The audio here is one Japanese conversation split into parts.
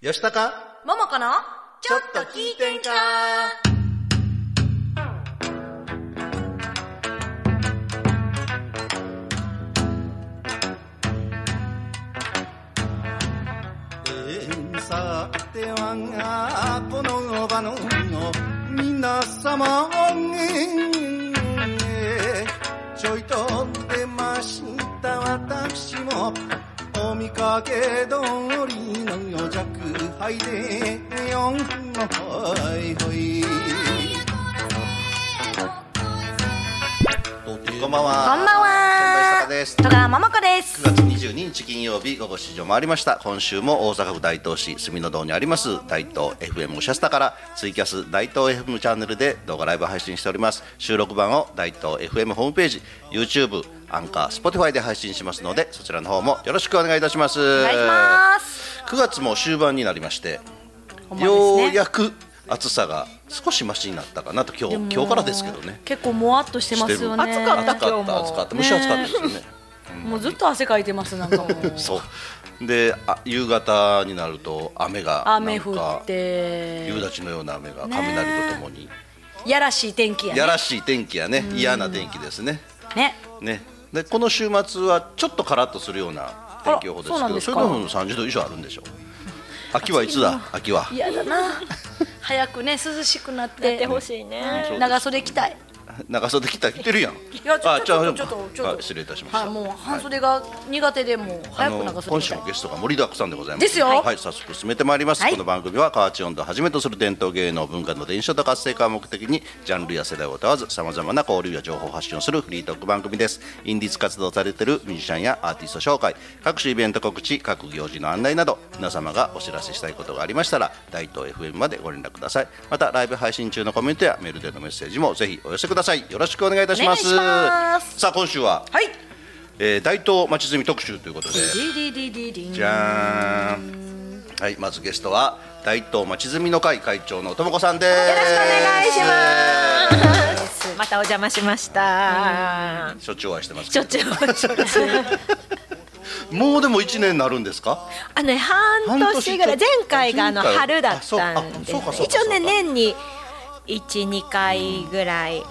よしたかももこのちょっと聞いてんかえーさてはこの場の皆様えーちょいと出ました私もお見かけ通りの弱敗で四のほいほいこんばんはこんばんは千葉です戸川ももこです9月22日金曜日午後7時を回りました今週も大阪府大東市住の堂にあります大東 FM おしゃスタからツイキャス大東 FM チャンネルで動画ライブ配信しております収録版を大東 FM ホームページ YouTube アンカー Spotify で配信しますのでそちらの方もよろしくお願いいたしますお願いします9月も終盤になりましてほんまですよねうやく暑さが少しマシになったかなと今日今日からですけどね結構もわっとしてますよねしてる暑か暑かっ今日もた暑かった蒸し暑かったですよねもうずっと汗かいてますなんかもうそうであ夕方になると雨が雨なん降かって夕立のような雨がね雷とともに、やらしい天気やねやらしい天気やね嫌な天気ですねねねでこの週末はちょっとカラッとするような天気予報ですけあらそうなんどですそかれでも30度以上あるんでしょ秋はいつだ秋は嫌だな早くね涼しくなっやっててほしいね。そうです長袖着たい長袖着た着てるやんいやちょあちょゃあちょっとちょっとあ失礼いたしました、はいもう半袖が苦手でもうあ早くの長今袖着週たいもゲストが盛りだくさんでございますですよはい、早速進めてまいります、はいこの番組は河内音頭をはじめとする伝統芸能文化の伝承と活性化を目的にジャンルや世代を問わずさまざまな交流や情報を発信をするフリートーク番組ですインディーズ活動をされているミュージシャンやアーティスト紹介各種イベント告知各行事の案内など皆様がお知らせしたいことがありましたら大東 FM までご連絡くださいまたライブ配信中のコメントやメールでのメッセージもぜひお寄せくださいよろしくお願いいたしますお願いしますさあ今週は、はいえー大東まちづみ特集ということでディディディディンじゃーん。はい、まずゲストは大東町住みの会会長のともこさんです。よろしくお願いしまたお邪魔しました。す。しょっちゅうお会いしてますちけょど。ち ょちょちょ。もうでも一年になるんですか。あのね半年ぐら半い年前回があの前回春だったんあですそうかそうかそうか一応ね年に一二回ぐらい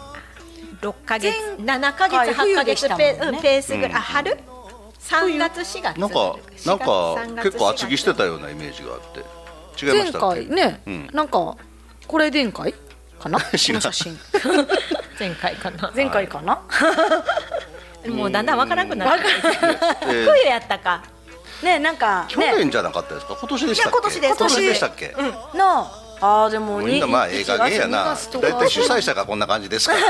六ヶ月七ヶはい月八ヶ冬でし月たもんペねーうんペースぐらいあ春三月四月なんか四月なん三か月結構厚着して四たようなイメージがあって。違いま前したっ回け。ね、うんなんかこれ前回か なこ知らのん写真月前回かな前回かな、もうだんだんわからなくなってきてえー 冬やったかねなんか去ね年じゃなかったですか。今年でしたっけ。いや今年です今年でしたっけ。のあーでもみんなまあに映画芸やな。 1月2月と大か体主催者がこんな感じですから。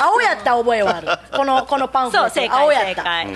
青やった覚えはあるこのこのパンフレそッうト正青解や正った解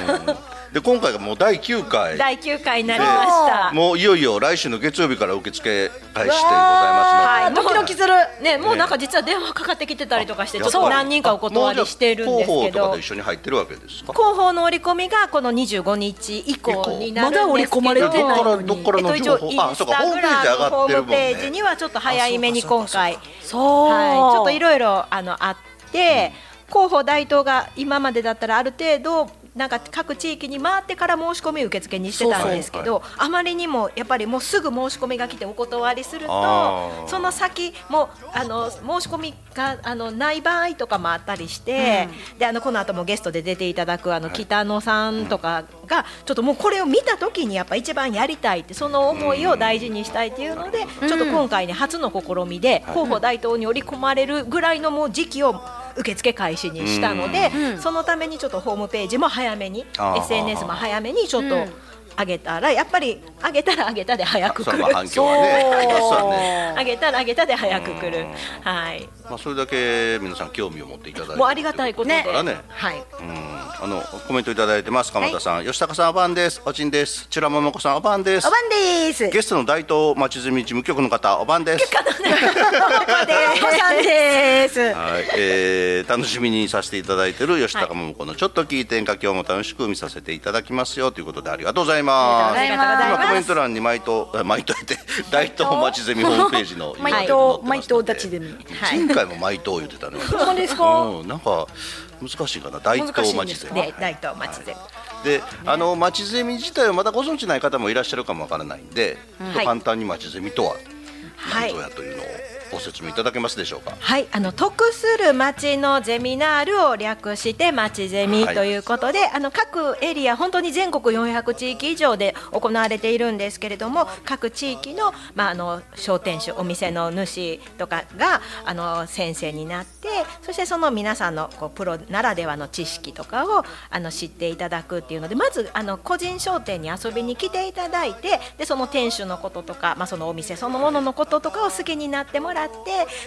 で今回がもう第9回。第九回になりましたもういよいよ来週の月曜日から受付開始でございますので。わードキドキするね、もうなんか実は電話かかってきてたりとかして、ちょっやとっぱり何人かお断りしてるんですもうけじゃあ広報とかどと一。緒に入ってるわけですか。広報の折り込みがこの25日以降になるんですけどまだ折り込まれどてっないのにからどっからえっとの一情応報インあ、そスうかホームタグページ上ラムのがホってるーもムんねページにはちょっと早いめに今回、はい、ちそう、ょっといろいろあのあって、広報代表が今までだったらある程度なんか各地域に回ってから申し込み受付にしてたんですけど、あまりにもやっぱりもうすぐ申し込みが来てお断りするあーとその先もあの申し込みがあのない場合とかもあったりして、であのこの後もゲストで出ていただくあの北野さんとかがちょっともうこれを見た時にやっぱ一番やりたいってその思いを大事にしたいっていうので、ちょっと今回ね初の試みで候補大統に織り込まれるぐらいのもう時期を受付開始にしたので、そのためにちょっとホームページも早めにあー SNS も早めにちょっとうん上げたらやっぱり上げたら上げたで早くそ来うるまあ反響はねそうありますわね。上げたら上げたで早く来る。はい。まあそれだけ皆さん興味を持っていただいてもうありがたいことだでからね。はい。うん、あのコメントいただいてます。鎌田さん、吉高さんおばんです。おちんです。ちらももこさんおばんですお。ばんですゲストの大東町住事務局の方おばんです。おさんですはい、えー楽しみにさせていただいてる吉高桃子のちょっと聞いてんか今日も楽しく見させていただきますよということでありがとうございます。ありがとうございます今コメント欄に毎とあ毎とって大東町ゼミホームページ の毎 URL 度載ってますので毎度立ちで見はい前回も毎東言って たね。そうですかうん、なんか難しいかな大東町ゼミ。で、大東町で。であの町ゼミ自体をまだご存知ない方もいらっしゃるかもわからないんで、ちょっとはい簡単に町ゼミとはは何いぞやというのをご説明いただけますでしょうか。はい、あの得する町のゼミナールを略して町ゼミはいということで、あの各エリア本当に全国400地域以上で行われているんですけれども各地域の,、まあ、あの商店主お店の主とかがあの先生になってそしてその皆さんのこうプロならではの知識とかをあの知っていただくっていうのでまずあの個人商店に遊びに来ていただいてでその店主のこととか、まあ、そのお店そのもののこととかを好きになってもらって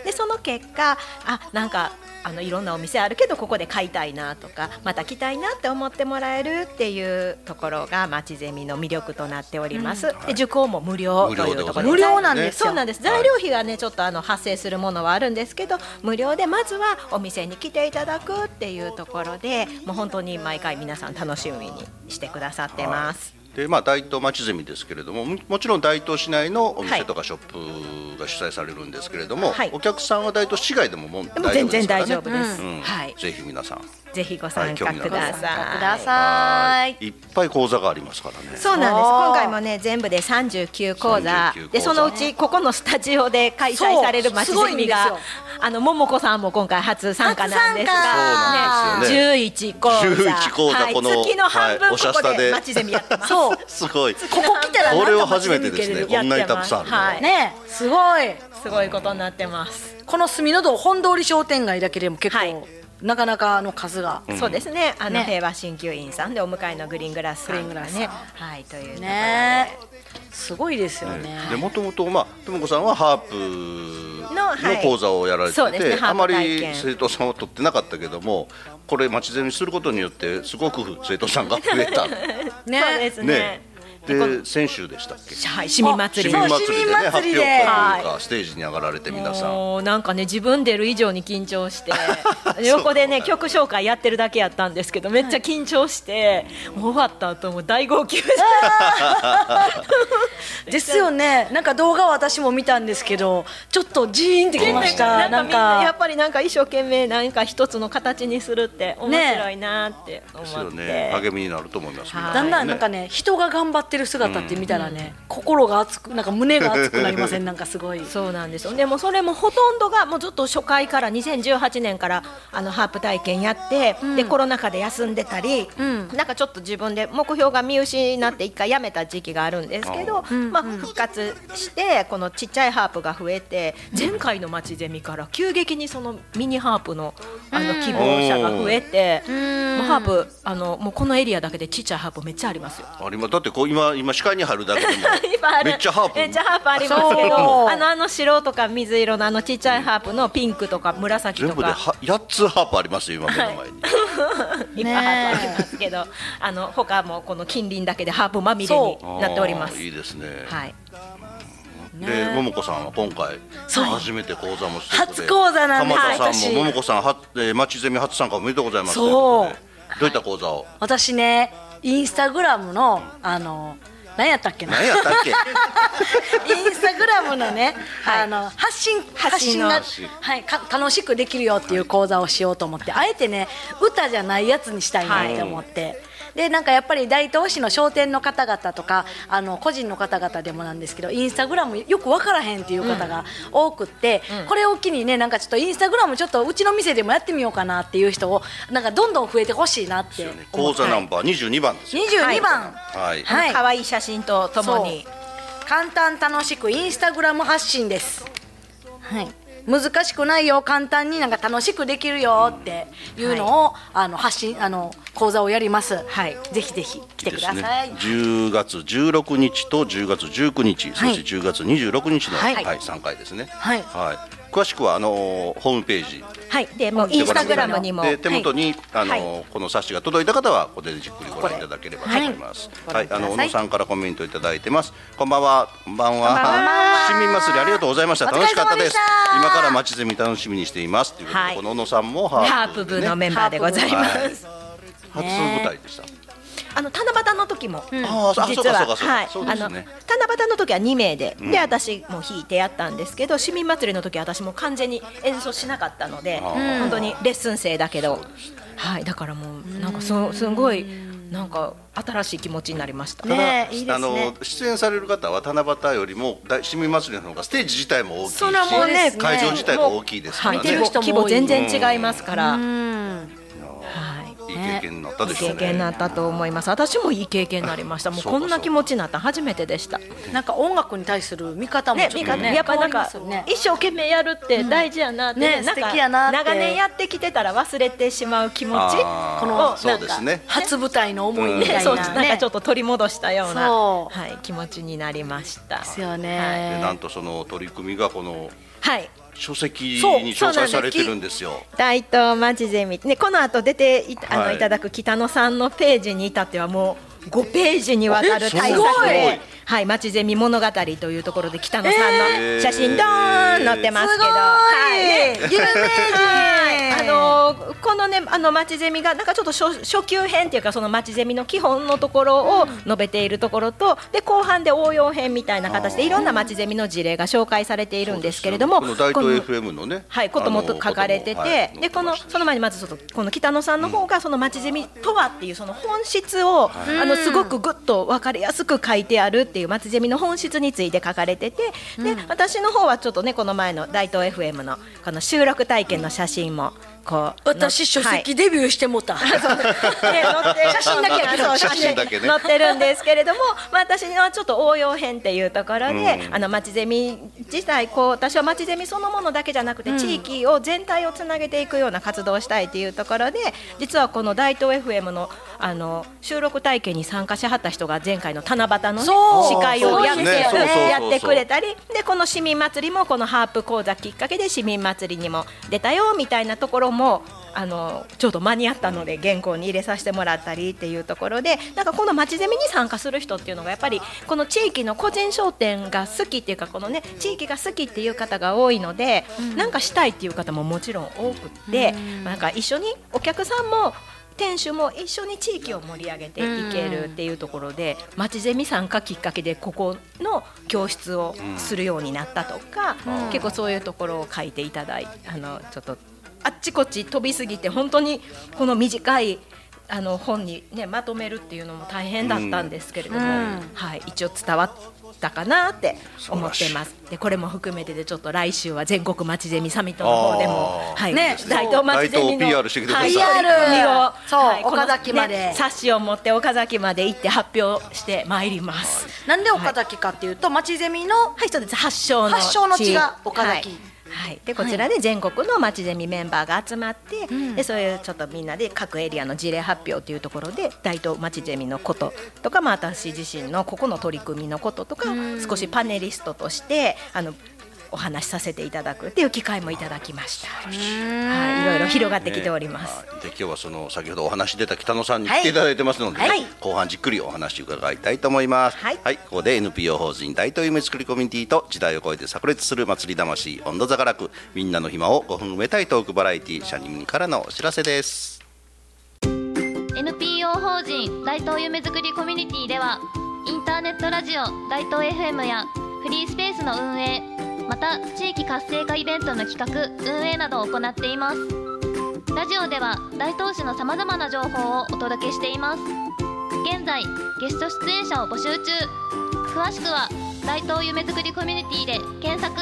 でその結果あなんかあのいろんなお店あるけどここで買いたいなとかまた来たいなって思ってもらえるっていうところが町ゼミの魅力となっております。で受講も無料というところ無料なんですよそうなんです。材料費がねちょっとあの発生するものはあるんですけど、無料でまずはお店に来ていただくっていうところで、もう本当に毎回皆さん楽しみにしてくださってます。でまあ、大東町ゼミですけれどもももちろん大東市内のお店とかショップが主催されるんですけれども、はいお客さんは大東市外でももうでも全然から大丈夫です。うんはい、ぜひ皆さんぜひご参加はい興味のあくる方だはさい。ください。いっぱい講座がありますからね。そうなんです。おー今回もね全部で39 39講座講座でそのうちここのスタジオで開そう催される街すごいゼんでミすよがあの桃子さんも今回初参加なん初参です加そうなんがですよ11講座11講座はいこの月の半分はいおこしゃスタこでで街ゼミやってます。そう。すごい。ここ来たらこなんれかは初めてですね。街こやっんてなますにたくさんあるの。はいねえすごい。すごいことになってます。この住の堂本通り商店街だけでも結構、はいなかなかの数が。そうですね。あのね平和鍼灸院さんでお迎えのグリーングラスさんグリーングがラスね、さはいというところでねえすごいですよね。でもともとまあとも子さんはハープのはいの講座をやられてそうでて、すねあハーまプ体験り生徒さんは取ってなかったけどもこれ町ゼミすることによってすごく生徒さんが増え たねそうですねね。で先週でしたっけはい市民祭り市民祭そう市りでね民祭発表会といりうでかステージに上がられて皆さんもうなんかね自分出る以上に緊張 して横でね曲紹介やってるだけやったんですけどめっちゃ緊張して、もう終わった後もう大号泣してですよね。なんか動画は私も見たんですけど、ちょっとジーンってきました。ななんんかみんなやっか。ぱりなんか一生懸命なんか一つの形にするって面白いなって思ですよって、ね励みになると思いますはい皆さだんだんなんかね、人が頑張ってる姿って見たらね、心が熱く、なんか胸が熱くなりません。なんかすごい。そうなんですよでもそれもほとんどがもうずっと初回から2018年からあのハープ体験やって、でコロナ禍で休んでたり、んなんかちょっと自分で目標が見失って一回やめた時期があるんですけど、まあ、復活してこのちっちゃいハープが増えて前回の街ゼミから急激にそのミニハープのあの希望者が増えて、もうハープあのもうこのエリアだけでちっちゃいハープめっちゃありますよ。ありますだってこう今今視界に入るだけでも 今あめるっちゃハープめっちゃハープありますけそうどあのあの白とか水色のあのちっちゃいハープのピンクとか紫全と部でかは8つハープありますよ今目の前に。いっぱいハープありますけど、あの他もこの近隣だけでハープまみれにそなっておりますあーいいですね。はいで、ももこさんは今回初めて講座もして初講座なんです浜田さん私もももこさんは、えー、町ゼミ初参加おめでとうございますそうということでどういった講座を私ね、インスタグラムの、あの、何やったっけな。何やったっけインスタグラムのね、はいあの発信発発信信のが発信はいか楽しくできるよっていう講座をしようと思って、あえてね歌じゃないやつにしたいなって思って。でなんかやっぱり大東市の商店の方々とかあの個人の方々でもなんですけどインスタグラムよく分からへんっていう方が多くって、これを機にねなんかちょっとインスタグラムちょっとうちの店でもやってみようかなっていう人をなんかどんどん増えてほしいなって思講って座ナンバー22番ですよ22番、はい、はあの可愛い写真とともに簡単楽しくインスタグラム発信です、はい、難しくないよ簡単になんか楽しくできるよっていうのを、あの発信あの講座をやりますはいぜひぜひ来てくださいですね、10月16日と10月19日、はいそして10月26日の、ははいい3回ですね、はい詳しくはあのーホームページはいでもうインスタグラムにもで手元に、あのはこの冊子が届いた方はここでじっくりご覧いただければと思います。はい、あの小野さんからコメントいただいてます。こんばんは、こんばんは。市民祭りありがとうございました。お疲れ様楽しかったですでした。今から街ゼミ楽しみにしています。ということで、はいこの小野さんもハハーーププ部部ねのメンバーでございます。初舞台でした。あの七夕の時も、あーそうか実はそうかそうかはい、そうであすのね七夕の時は2名で、で私も弾いてやったんですけど、市民祭りの時は私も完全に演奏しなかったので、あー本当にレッスン生だけど、はい、だからもうなんかそすごいなんか新しい気持ちになりました。ただ、ねえいいですあねの出演される方は七夕よりも大市民祭りの方がステージ自体も大きいしそらもうね会場自体が大きいですからねはい規模規模全然違いますから。うんはい。いい経験になったいでいしょう経ね験になったと思います。私もいい経験になりました。もうそうかこんな気持ちになった初めてでした。なんか音楽に対する見方もね、ちょみっとかねやっぱなん変わりまかすよね一生懸命やるって大事やなっうて、んねなんか素敵やなって長年やってきてたら忘れてしまう気持ちあーこのなんかそうですね初舞台の思いみたね、いそうななんねかちょっと取り戻したようなそうはい気持ちになりました。ですよでなねんとその取り組みがこのはい。書籍そうにそ詳うなん細ですされてるんですよ。大東マジゼミねこの後出てい,、あはのいいただく北野さんのページに至ってはもう5ページにわたえるすごい大作で「はいマチゼミ物語」というところで北野さんえーの写真どーん載ってますけど、すごいはいね有名人はいあのこのねあのマチゼミがなんかちょっと初初級編っていうかそのマチゼミの基本のところを述べているところとで後半で応用編みたいな形でいろんなマチゼミの事例が紹介されているんですけれどもこの大この東 FM のね、はい、こともと書かれてて、でこのその前にまずちょっとこの北野さんの方がその町ゼミとはっていうその本質を、あのすごくぐっと分かりやすく書いてあるっていう町ゼミの本質について書かれてて、で私の方はちょっとねこの前の大東 FM のこの収録体験の写真もこう私書はい籍デビューしてもう たね載ってる写真だけやけどそう写真だけね載ってるんですけれども、まあ、私のはちょっと応用編っていうところで、うあの町ゼミ自体こう私は町ゼミそのものだけじゃなくて、地域を全体をつなげていくような活動をしたいっていうところで実はこの大東 FM のあの収録体験に参加しはった人が前回の七夕の、ね、そう司会をやっそて,、うですよねそうそうそうやってくれたりでこの市民祭りもこのハープ講座きっかけで市民祭りにも出たよみたいなところもあのちょうど間に合ったので原稿に入れさせてもらったりっていうところでなんかこの町ゼミに参加する人っていうのがやっぱりこの地域の個人商店が好きっていうかこのね地域が好きっていう方が多いので、なんかしたいっていう方ももちろん多くって、なんか一緒にお客さんも店主も一緒に地域を盛り上げていけるっていうところで、町ゼミ参加きっかけでここの教室をするようになったとか、結構そういうところを書いていただいあのちょっとあっちこっち飛びすぎて本当にこの短いあの本に、ね、まとめるっていうのも大変だったんですけれども、うんはい、一応伝わったかなって思ってます。でこれも含めてでちょっと来週は全国町ゼミサミットの方でも、あーはいね大東町ゼミの大東 PR してきてくださはいい取り組みをそうはいこの岡崎までね冊子を持って岡崎まで行って発表してまいります。なんで岡崎かっていうと町ゼミのはい、そうです。発祥の地発祥の地が岡崎はいはい、でこちらで全国の町ゼミメンバーが集まって、でそういうちょっとみんなで各エリアの事例発表というところで大東町ゼミのこととか、まあ、私自身のここの取り組みのこととか、少しパネリストとしてあのお話しさせていただくっていう機会もいただきました。はい、いろいろ広がってきております。ねはいで今日はその先ほどお話出た北野さんに来ていただいてますので、はいはい後半じっくりお話伺いたいと思います。ははいい、ここで NPO 法人大東夢作りコミュニティと時代を超えて炸裂する祭り魂温度座がらくみんなの暇を5分埋めたいトークバラエティー社人からのお知らせです。 NPO 法人大東夢づくりコミュニティではインターネットラジオ大東 FM やフリースペースの運営また地域活性化イベントの企画運営などを行っていますラジオでは大東市のさまざまな情報をお届けしています現在ゲスト出演者を募集中詳しくは大東夢づくりコミュニティで検索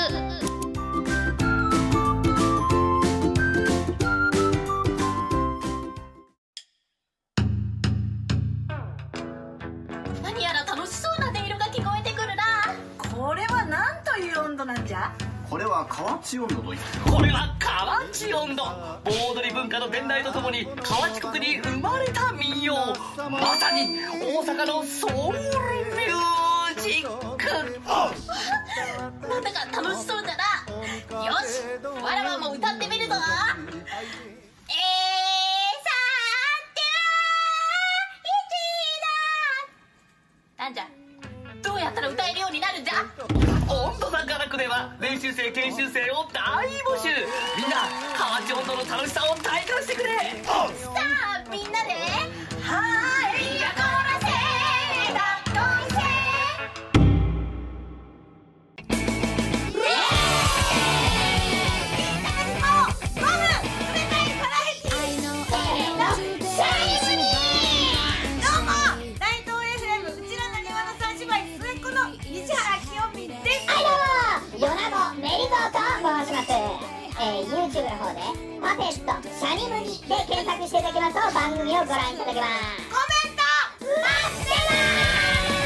何やら楽しそうな音色が聞こえてくるなこれはなんという温度なんじゃこれは河内温度といってこれは河内音頭盆踊り文化の伝来とともに河内国に生まれた民謡まさに大阪のソウルミュージックなんだか楽しそうだなよしわらわも歌ってみるぞえー、さーてはーいちーだなんじゃどうやったら歌えるようになるんじゃ音頭さんからくでは練習生研修生を大募集みんな河内音頭の楽しさを体感してくれさあみんなではーいやこらせーだどいせー「あいのえのせいずに」「どん YouTube の方でパペットシャニムニで検索していただきますと番組をご覧いただけますコメント待って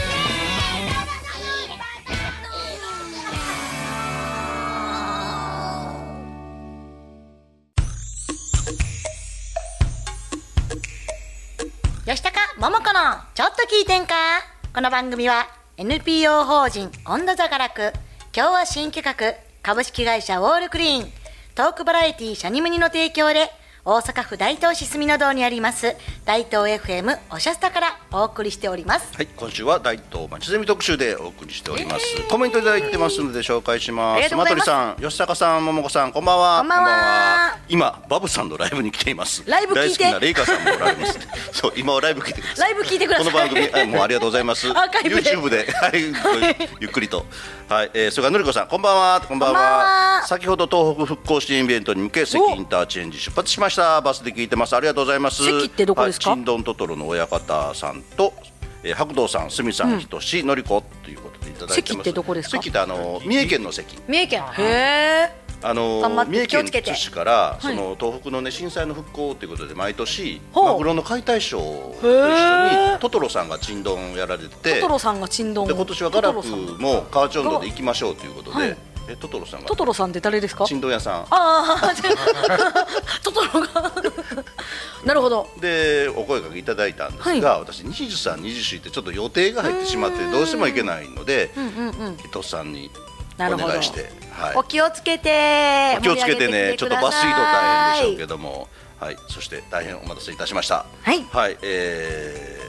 吉高桃子のちょっと聞いてんかこの番組は NPO 法人温度座がらく今日は新企画株式会社ウォールクリーントークバラエティシャニムニの提供で大阪府大東市住の堂にあります大東 FM おしゃスタからお送りしておりますはい、今週は大東町ゼミ特集でお送りしております。コメントいただいてますので紹介しまありがす。とうござい鳥ますさん、吉高さん、桃子さん、こんばんは。こんばんは今バブさんのライブに来ています。ライブ聞いて大好きなレイカさんもおられ ます。そう、今はライブ聞いてください。ライブ聞いてくださいこの番組あもうありがとうございます。 アーカイブで YouTube で、はい、ゆっくりと。はい、えー、それからのりこさん、こんばんは。こんばんこんばんはは。先ほど東北復興支援イベントに向け関インターチェンジ出発しました。バスで聞いてます。ありがとうございます。関ってどこですかはいちんどんトトロの親方さんと、えー、白道さん、すみさん、ひとし、のりこということでいただいてます。関ってどこですか関ってあの三重県の関。三重県へえあ頑張のって三重気を県つけて津市から、はいその東北のね震災の復興ということで毎年ほうマグロの解体ショーとへ一緒ーにトトロさんがちんどんやられてトてトロさんが珍道で今年はガラトトロさクんも川町運動で行きましょうということで、はいえトトロさんがトトロさんって誰ですかちんどん屋さんああトトロがなるほどでお声掛けいただいたんですが、私23、24ってちょっと予定が入ってしまってどうしても行けないのでうんうんうん伊藤さんにおなるほど願いして、はいお気をつけてお気をつけてねちょっとバス移動大変でしょうけどども、はい、そして大変お待たせいたしました。はいはい、え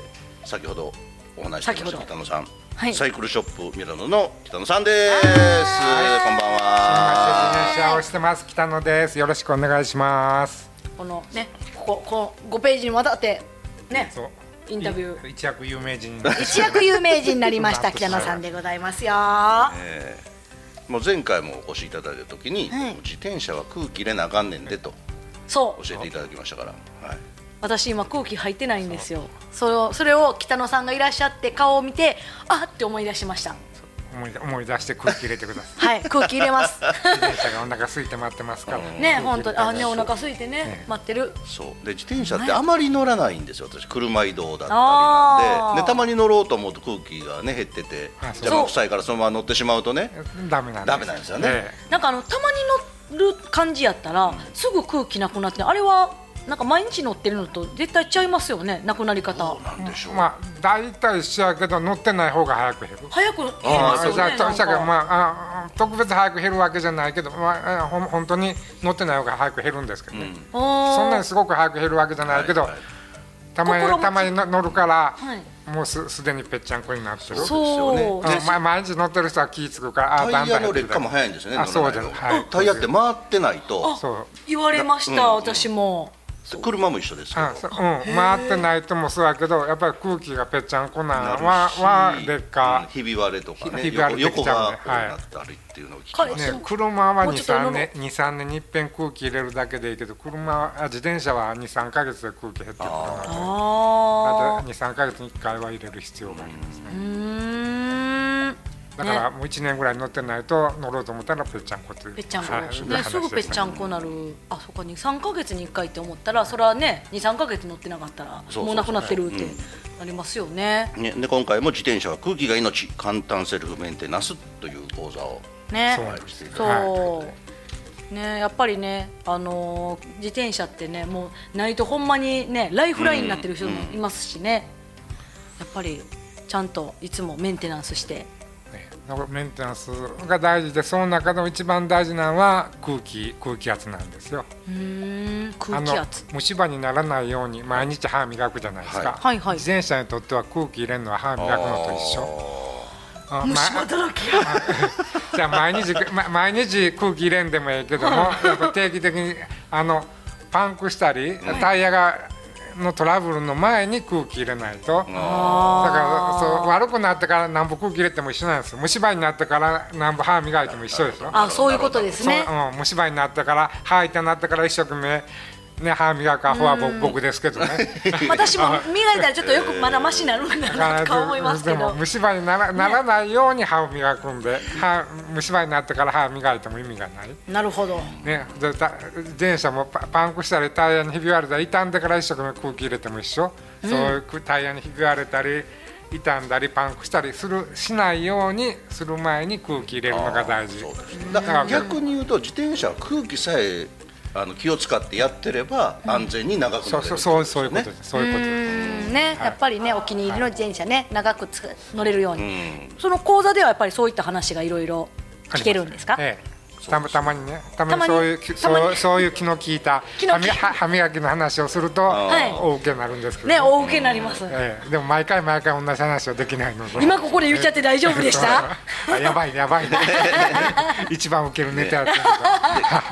ー、先ほどお話ししてまし先たほど北野さん、はいサイクルショップミラノの北野さんです。こんばんは。出社をしてます北野ですよろしくお願いしますこのねこここの5ページにわたってねそうインタビューい一躍有名人になる一躍有名人になりました北野さんでございますよはえーもう前回もお越しいただいた時に、はい自転車は空気入れなあかんねんでとそう教えていただきましたから、はい、私今空気入ってないんですよそれをそれを北野さんがいらっしゃって顔を見てあって思い出しました思い出思い出して空気入れてくださはい空気入れます い自転車がお腹空いて待ってますからね本当にあねお腹空いてね待ってるそうで自転車ってあまり乗らないんですよ私車移動だったりなあんーででたまに乗ろうと思うと空気がね減っててあそう邪魔くさいからそのまま乗ってしまうとねダメなんですダメなんですよねえなんかあのたまに乗る感じやったらすぐ空気なくなってあれはなんか毎日乗ってるのと絶対ちゃいますよねなくなり方なんでしょえう、まあ大体一緒やけど乗ってない方が早く減る早く減りあまーすよねじゃあなん当社がかまああ特別早く減るわけじゃないけどまあほん本当に乗ってない方が早く減るんですけどねあーそんなにすごく早く減るわけじゃないけどはいはいたま心持にちたまに乗るからはいもうすすでにぺっちゃんこになってるそううんま毎日乗ってる人は気ぃつくからあタイヤの減劣ってき化たも早いんですよねあ乗らないとそうですはいタイヤって回ってないとそう言われました、うん私も車も一緒ですけどあそううん、回ってないともそうやけどやっぱり空気がぺっちゃんこななるんしはは劣化、うんひび割れとかねひび割れ横でき横ちゃうがねこうなったりっていうのを聞きはまいす、ね、車はもうちょっと23年乗23年にいっぺん空気入れるだけでいいけど車はあ自転車は23か月で空気減ってくるのあで23か月に1回は入れる必要がありますねーうーんだからもう1年ぐらい乗ってないと乗ろうと思ったらぺっちゃんこっていうぺっちゃんこ、はいそういうね、話ですねぐぺっちゃんこなるあそっか23か月に1回って思ったらそれはね23か月乗ってなかったらうそうもうなくなってるってうんなりますよねね、で今回も自転車は空気が命簡単セルフメンテナンスという講座をねそうはいしていただいてそう、はね、やっぱりね、あのー自転車ってね、もうないとほんまにね、ライフラインになってる人もいますしね、やっぱりちゃんといつもメンテナンスして、ねなんかメンテナンスが大事でその中の一番大事なのは空気空気圧なんですようーんあ空の気圧。虫歯にならないように毎日歯磨くじゃないですか、ははいいはい自転車にとっては空気入れるのは歯磨くのと一緒あ虫歯まだらけじゃあ 毎日、ま、毎日空気入れんでもええけどもやっぱ定期的にあのパンクしたり、タイヤがのトラブルの前に空気入れないと。だからそう悪くなってからなんぼ空気入れても一緒なんですよ虫歯になってからなんぼ歯磨いても一緒でしょあ、そういうことですそうね。うん、虫歯になってから歯痛なってから一生懸命ね、歯磨くアホは僕僕で すけどね私も磨いたらちょっとよくまだマシになるんだなとか思いますけでもど虫歯にならならないように歯を磨くんで歯虫歯になってから歯磨いても意味がない、なるほどね、でた電車もパパンクしたりタイヤにひび割れたり傷んでから一生懸命空気入れても一緒、そういうくタイヤにひび割れたり傷んだりパンクしたりするしないようにする前に空気入れるのが大事そうですねだから逆に言うと自転車は空気さえあの気を使ってやってれば安全に長く乗そうれそるうそうそういうことねです、そういうことですうんね、やっぱりねお気に入りの自転車ね長くつ乗れるように、んその講座ではやっぱりそういった話がいろいろ聞けるんですかええたまたまにねたたままににそういうきたまにそうそういう気の利いた気の歯利いみた歯歯磨きの話をするとはいお受けになるんですけどね大受けになります、ええ、でも毎回毎回同じ話はできないので今ここで言っちゃって大丈夫でした あやばいねやばいね 一番ウケるネタやってる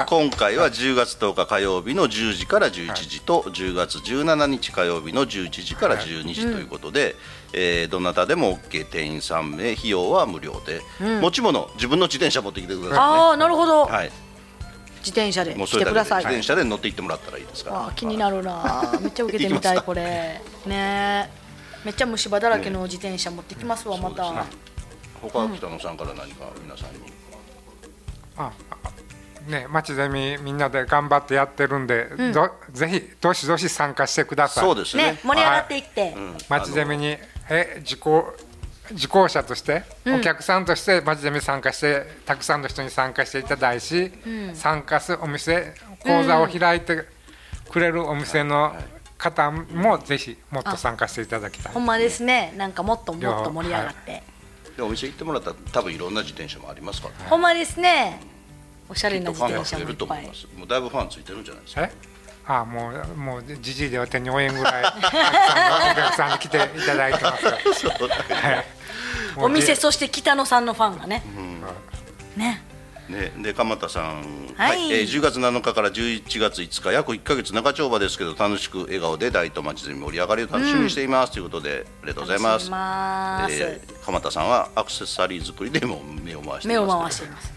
今回は10月10日火曜日の10時から11時と10月17日火曜日の11時から12時ということで、えーどなたでも OK 店員3名費用は無料で、持ち物自分の自転車持ってきてくださああなるほど、いねはい自転車でもう来それてくだけだでさ自い、転車で乗って行ってもらったらいいですからあー気になるなめっちゃ受けてみたい 行きますかこれねめっちゃ虫歯だらけの自転車持ってきますわまた、他北野さんから何か皆さんに、ああね町ゼミみんなで頑張ってやってるんで、どぜひどしどし参加してくださいそうですねね盛り上がっていって、町ゼミにえ受講受講者として、お客さんとして町ゼミ参加してたくさんの人に参加していただいし、参加するお店講座を開いてくれるお店の方もぜひもっと参加していただきたいほんまですねなんかもっともっと盛り上がって、でお店行ってもらったら多分いろんな自転車もありますから、ねほんまですねおしゃれきっなと自ファン転車が増えもいっると思ぱいいますもうだいぶファンついてるんじゃないで すかえああもうもうじじいでは手に応援ぐらいたくさんのお客さんに来ていただいてます よお店そして北野さんのファンがね、ねね、で鎌田さん、ははいいえー10月7日から11月5日約1か月長丁場ですけど楽しく笑顔で大と町ゼミ盛り上がりを楽しみにしています、ということでありがとうございま楽しみすますえー鎌田さんはアクセサリー作りでも目を回していますね、目を回しています、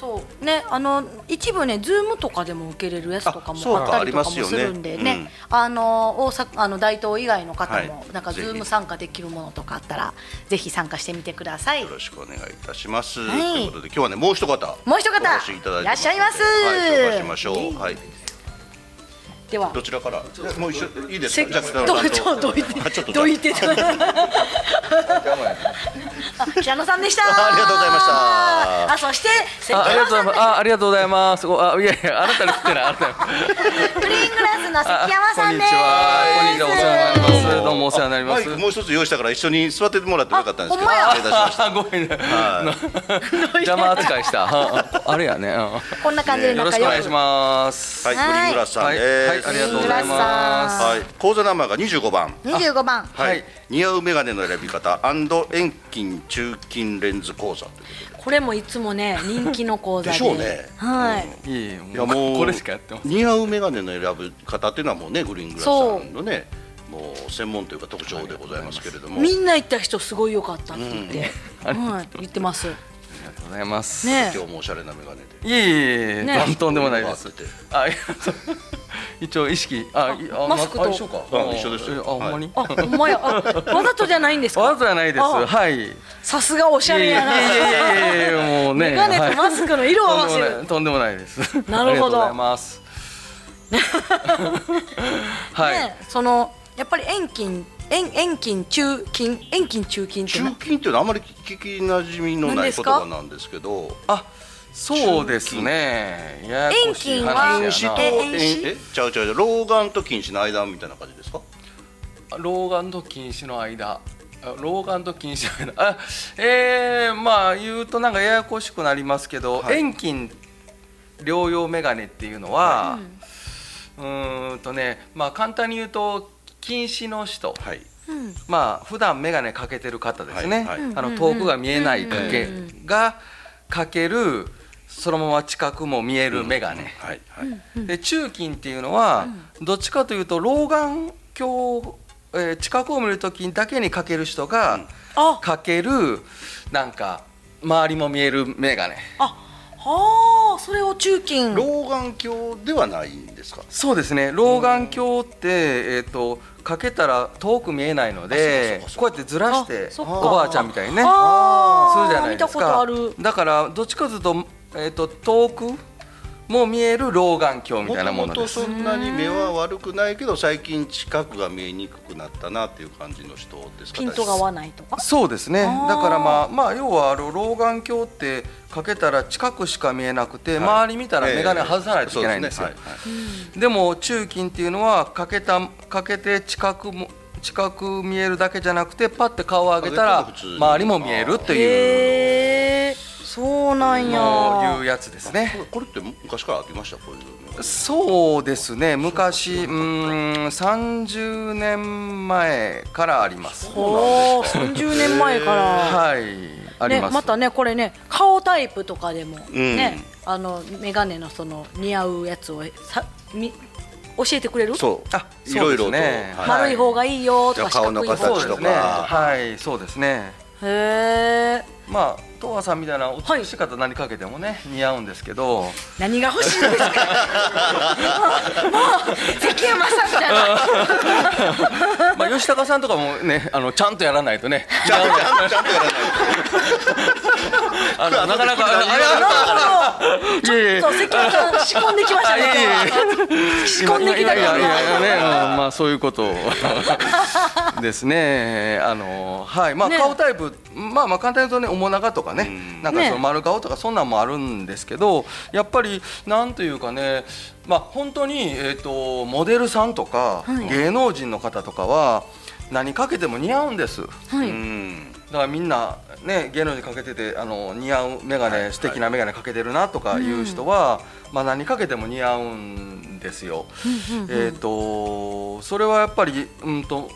そうねあの一部ねズームとかでも受けれるやつとかあそうもかあったりとかもありますすよねるんでねあの大阪あの大東以外の方も、はいなんかぜズひーム参加できるものとかあったらぜひ参加してみてくださいよろしくお願いいたします、はいということで今日はねもう一方もう一方お越しいただいてますいらっしゃいますはい、紹介しましょう、はい、ではどちらからえもう一緒いいですせかじゃあ北ど野さんうちょどいてあちょっとじゃあどいて 北野さんでしたありがとうございましたあそして関あありが山とうござさいんます。あありがとうございます。おあいやいやあなたに振ってないあなたに。グリーングラスの関山こさんんにでちすは。こんにちは。お世話になります。どうもお世話になりまマイクす。もう一つ用意したから一緒に座ってもらってもよかったんですけどあほんまや失礼いたしましたあごめんね。邪魔扱いした。ああれやね。うこんな感じでんよろ仲しくお良願いくします。はい、はいグリーングラスさんはい、です。はい、ありがとうございます。はい講座ナンバーが25番。 25番はい、はい似合うメガネの選び方遠近中近レンズ講座というここれもいつも ね人気の講と座ででしょうね。はい、いいいもやうもうこれしかやってます。似合うメガネの選ぶ方っていうのはもうねグリーングラスさんのねもう専門というか特徴でございますけれども、みんな行った人すごい良かったって言って、はい、言ってますありがとうございます。ね今日もおしゃれなメガネで。いえいえ、ねとんとんでもないですこういうのがあっあ、て。いやそう一応意識、あ、いあマスクとあ一緒か。うん一緒ですよえあ、ほんまに。あ、ほんまやあわざとじゃないんですかわざじゃないです。あはい。さすがおしゃれやなえいえいえいえいえもうね。メガネとマスクの色を合わせるはいとんでもないとんでもないです。なありるほどがとうござい ます。はい。ね、そのやっぱり遠近遠遠近中近遠近中近ってな中近っていうのはあまり聞き馴染みの何ないです言か葉なんですけど、あ、そうですね。ややこしい話近や視とな遠遠視え、ちゃうちゃうちゃう老眼と近視の間みたいな感じですか？老眼と近視の間あ老眼と近視の間あえー、まあ言うとなんかややこしくなりますけど、はい遠近療養眼鏡っていうのは、うーんとねまあ簡単に言うと近視の人、はい。まあ普段眼鏡かけてる方ですね、はいはいあの遠くが見えないだけがかけるそのまま近くも見える眼鏡、はいはい。で中近っていうのは、どっちかというと老眼鏡、えー近くを見るときだけにかける人が、あかけるなんか周りも見える眼鏡あ、はあそれを中近老眼鏡ではないんですかそうですね老眼鏡って、えー、とかけたら遠く見えないのでこうやってずらしてそおっかばあちゃんみたいにねするじあーゃないです見たことあかるだからどっちかというと,、えー、と遠くも見える老眼鏡みもたいなともものとですそんなに目は悪くないけど最近近くが見えにくくなったなっていう感じの人ですかピントが合わないとかそうですねあーだからまあまあ要はあの老眼鏡ってかけたら近くしか見えなくて、周り見たら眼鏡外さないといけないんですよ、ええそうでも中近っていうのはかけたかけて近くも近く見えるだけじゃなくてパッて顔を上げたら周りも見えるというへえそうなんやのをいうやつですねこれって昔からありましたこういうそうですね昔うーん30年前からありますほう30年前から はいありね、ます、またねこれね顔タイプとかでも、うんねあの眼鏡のその似合うやつをさみ教えてくれるそうあいろいろとそうですねは丸い方がいいよとか顔の四角い方が形とかはいそうですねへえまあ東和さんみたいな美しい方何かけてもね、似合うんですけど何が欲しいんですか 関山さんみたいなまあ吉高さんとかもねあのちゃんとやらないとねちゃんとちゃんとやらないあのなかなかあちょっと関山さん仕込んできましたねいやいやいや仕込んできたいやいや感いやいやね、うんまあそういうことをですね。あのはい、まあね顔タイプ、まあまあ簡単に言うとね、面長とかね、なんかそのね丸顔とかそんなんもあるんですけど、やっぱりなんというかね、まあ本当にえっとモデルさんとかはい芸能人の方とかは何かけても似合うんです。はいうんだからみんなね芸能人かけててあの似合うメガネ素敵なメガネかけてるなとかいう人は、まあ何かけても似合うんですよ。えー、とそれはやっぱり、うん、と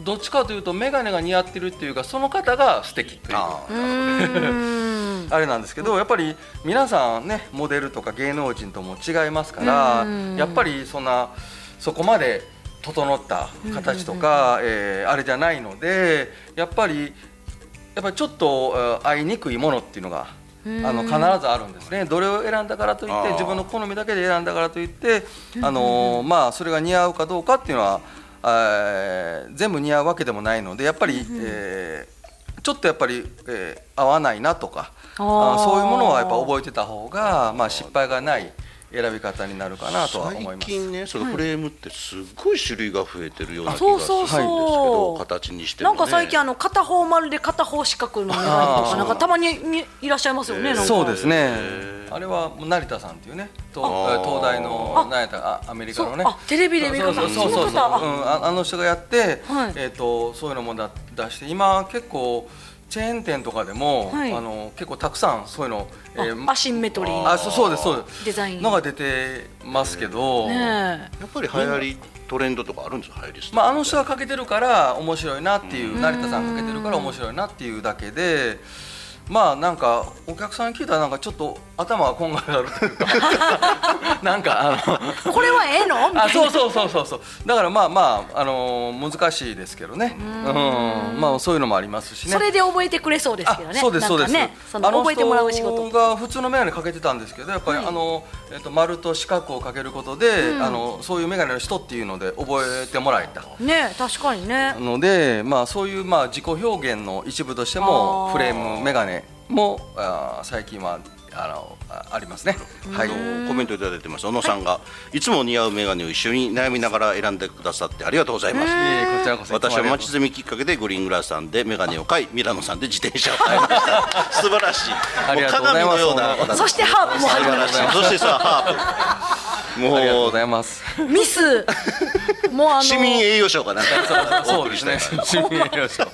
どっちかというと眼鏡が似合ってるっていうかその方が素敵っていうあ れなんですけどやっぱり皆さんねモデルとか芸能人とも違いますからうんやっぱりそんなそこまで整った形とか、えーあれじゃないのでやっぱりやっぱりちょっとえー会いにくいものっていうのがあの必ずあるんですねどれを選んだからといっあてー自分の好みだけで選んだからといってうんあのーまあそれが似合うかどうかっていうのはえー全部似合うわけでもないのでやっぱりえーちょっとやっぱりえー合わないなとかあーあーそういうものはやっぱ覚えてた方がまあ失敗がない選び方になるかなとは思います。最近ねそのフレームってすっごい種類が増えてるような気がするそんうですけそうそうど形にしてじなもんねか最近あの片方丸で片方四角の眼鏡とかなんかたまににいらっしゃいますよね、なんかそうですね。あれは成田さんっていうね、東あ東大の何やったかあアメリカのねそうあ、テレビで見るそうそうそうそうその方うんああの人がやって、えっとそういうのもだ出して、今結構チェーン店とかでもはいあの結構たくさんそういうのえーアシンメトリーあそうそうですそうですデザインのが出てますけど、ねやっぱり流行りトレンドとかあるんですよ流行りまあ、あの人がかけてるから面白いなっていう成田さんがかけてるから面白いなっていうだけでまあなんかお客さんに聞いたらなんかちょっと頭がこんがらがるというかなんかあのこれはええのみたいな あそうそうそうそうそうだからまあまあ、あのー難しいですけどねうんまあそういうのもありますしねそれで覚えてくれそうですけどねそうですそうです、なんかねその覚えてもらう仕あの事人が普通の眼鏡かけてたんですけどやっぱり、あの、えっと丸と四角をかけることで、うんあのそういう眼鏡の人っていうので覚えてもらえたね確かにねので、まあ、そういうまあ自己表現の一部としてあもーフレーム眼鏡もあー最近はあのあありますね。はい、コメントいただいてます小野さんが、い、つも似合う眼鏡を一緒に悩みながら選んでくださってありがとうございますいえいえこちらこそいつも私ありがとうは街積みきっかけでグリーングラスさんで眼鏡を買いミラノさんで自転車を買いました 素晴らしいありがとうございますもう鏡のようなそしてハープも入素って晴まらすしいそしてさ ハープもうありがとうございますミ スもうあの市民栄誉賞かなんかそうお送り したいそうですね市民栄誉賞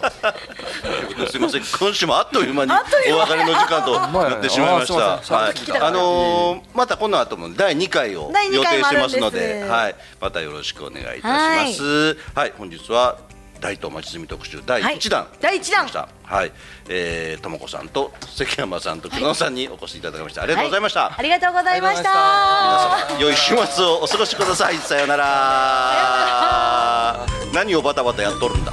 すみません今週もあっという間におあっという間別れの時間となってしまいましたあすいませんちょっと聞きたかはいったあのーまたこの後も第2回を第予二定回もしあるんてまですすのではいまたよろしくお願いいたしますはい本日は大東町住特集第1弾第一弾はいえーともこさんと関山さんと久野さんにお越しいただきましたありがとうございましはたありがとうございました良い週末をお過ごしくださいさようなら何をバタバタやっとるんだ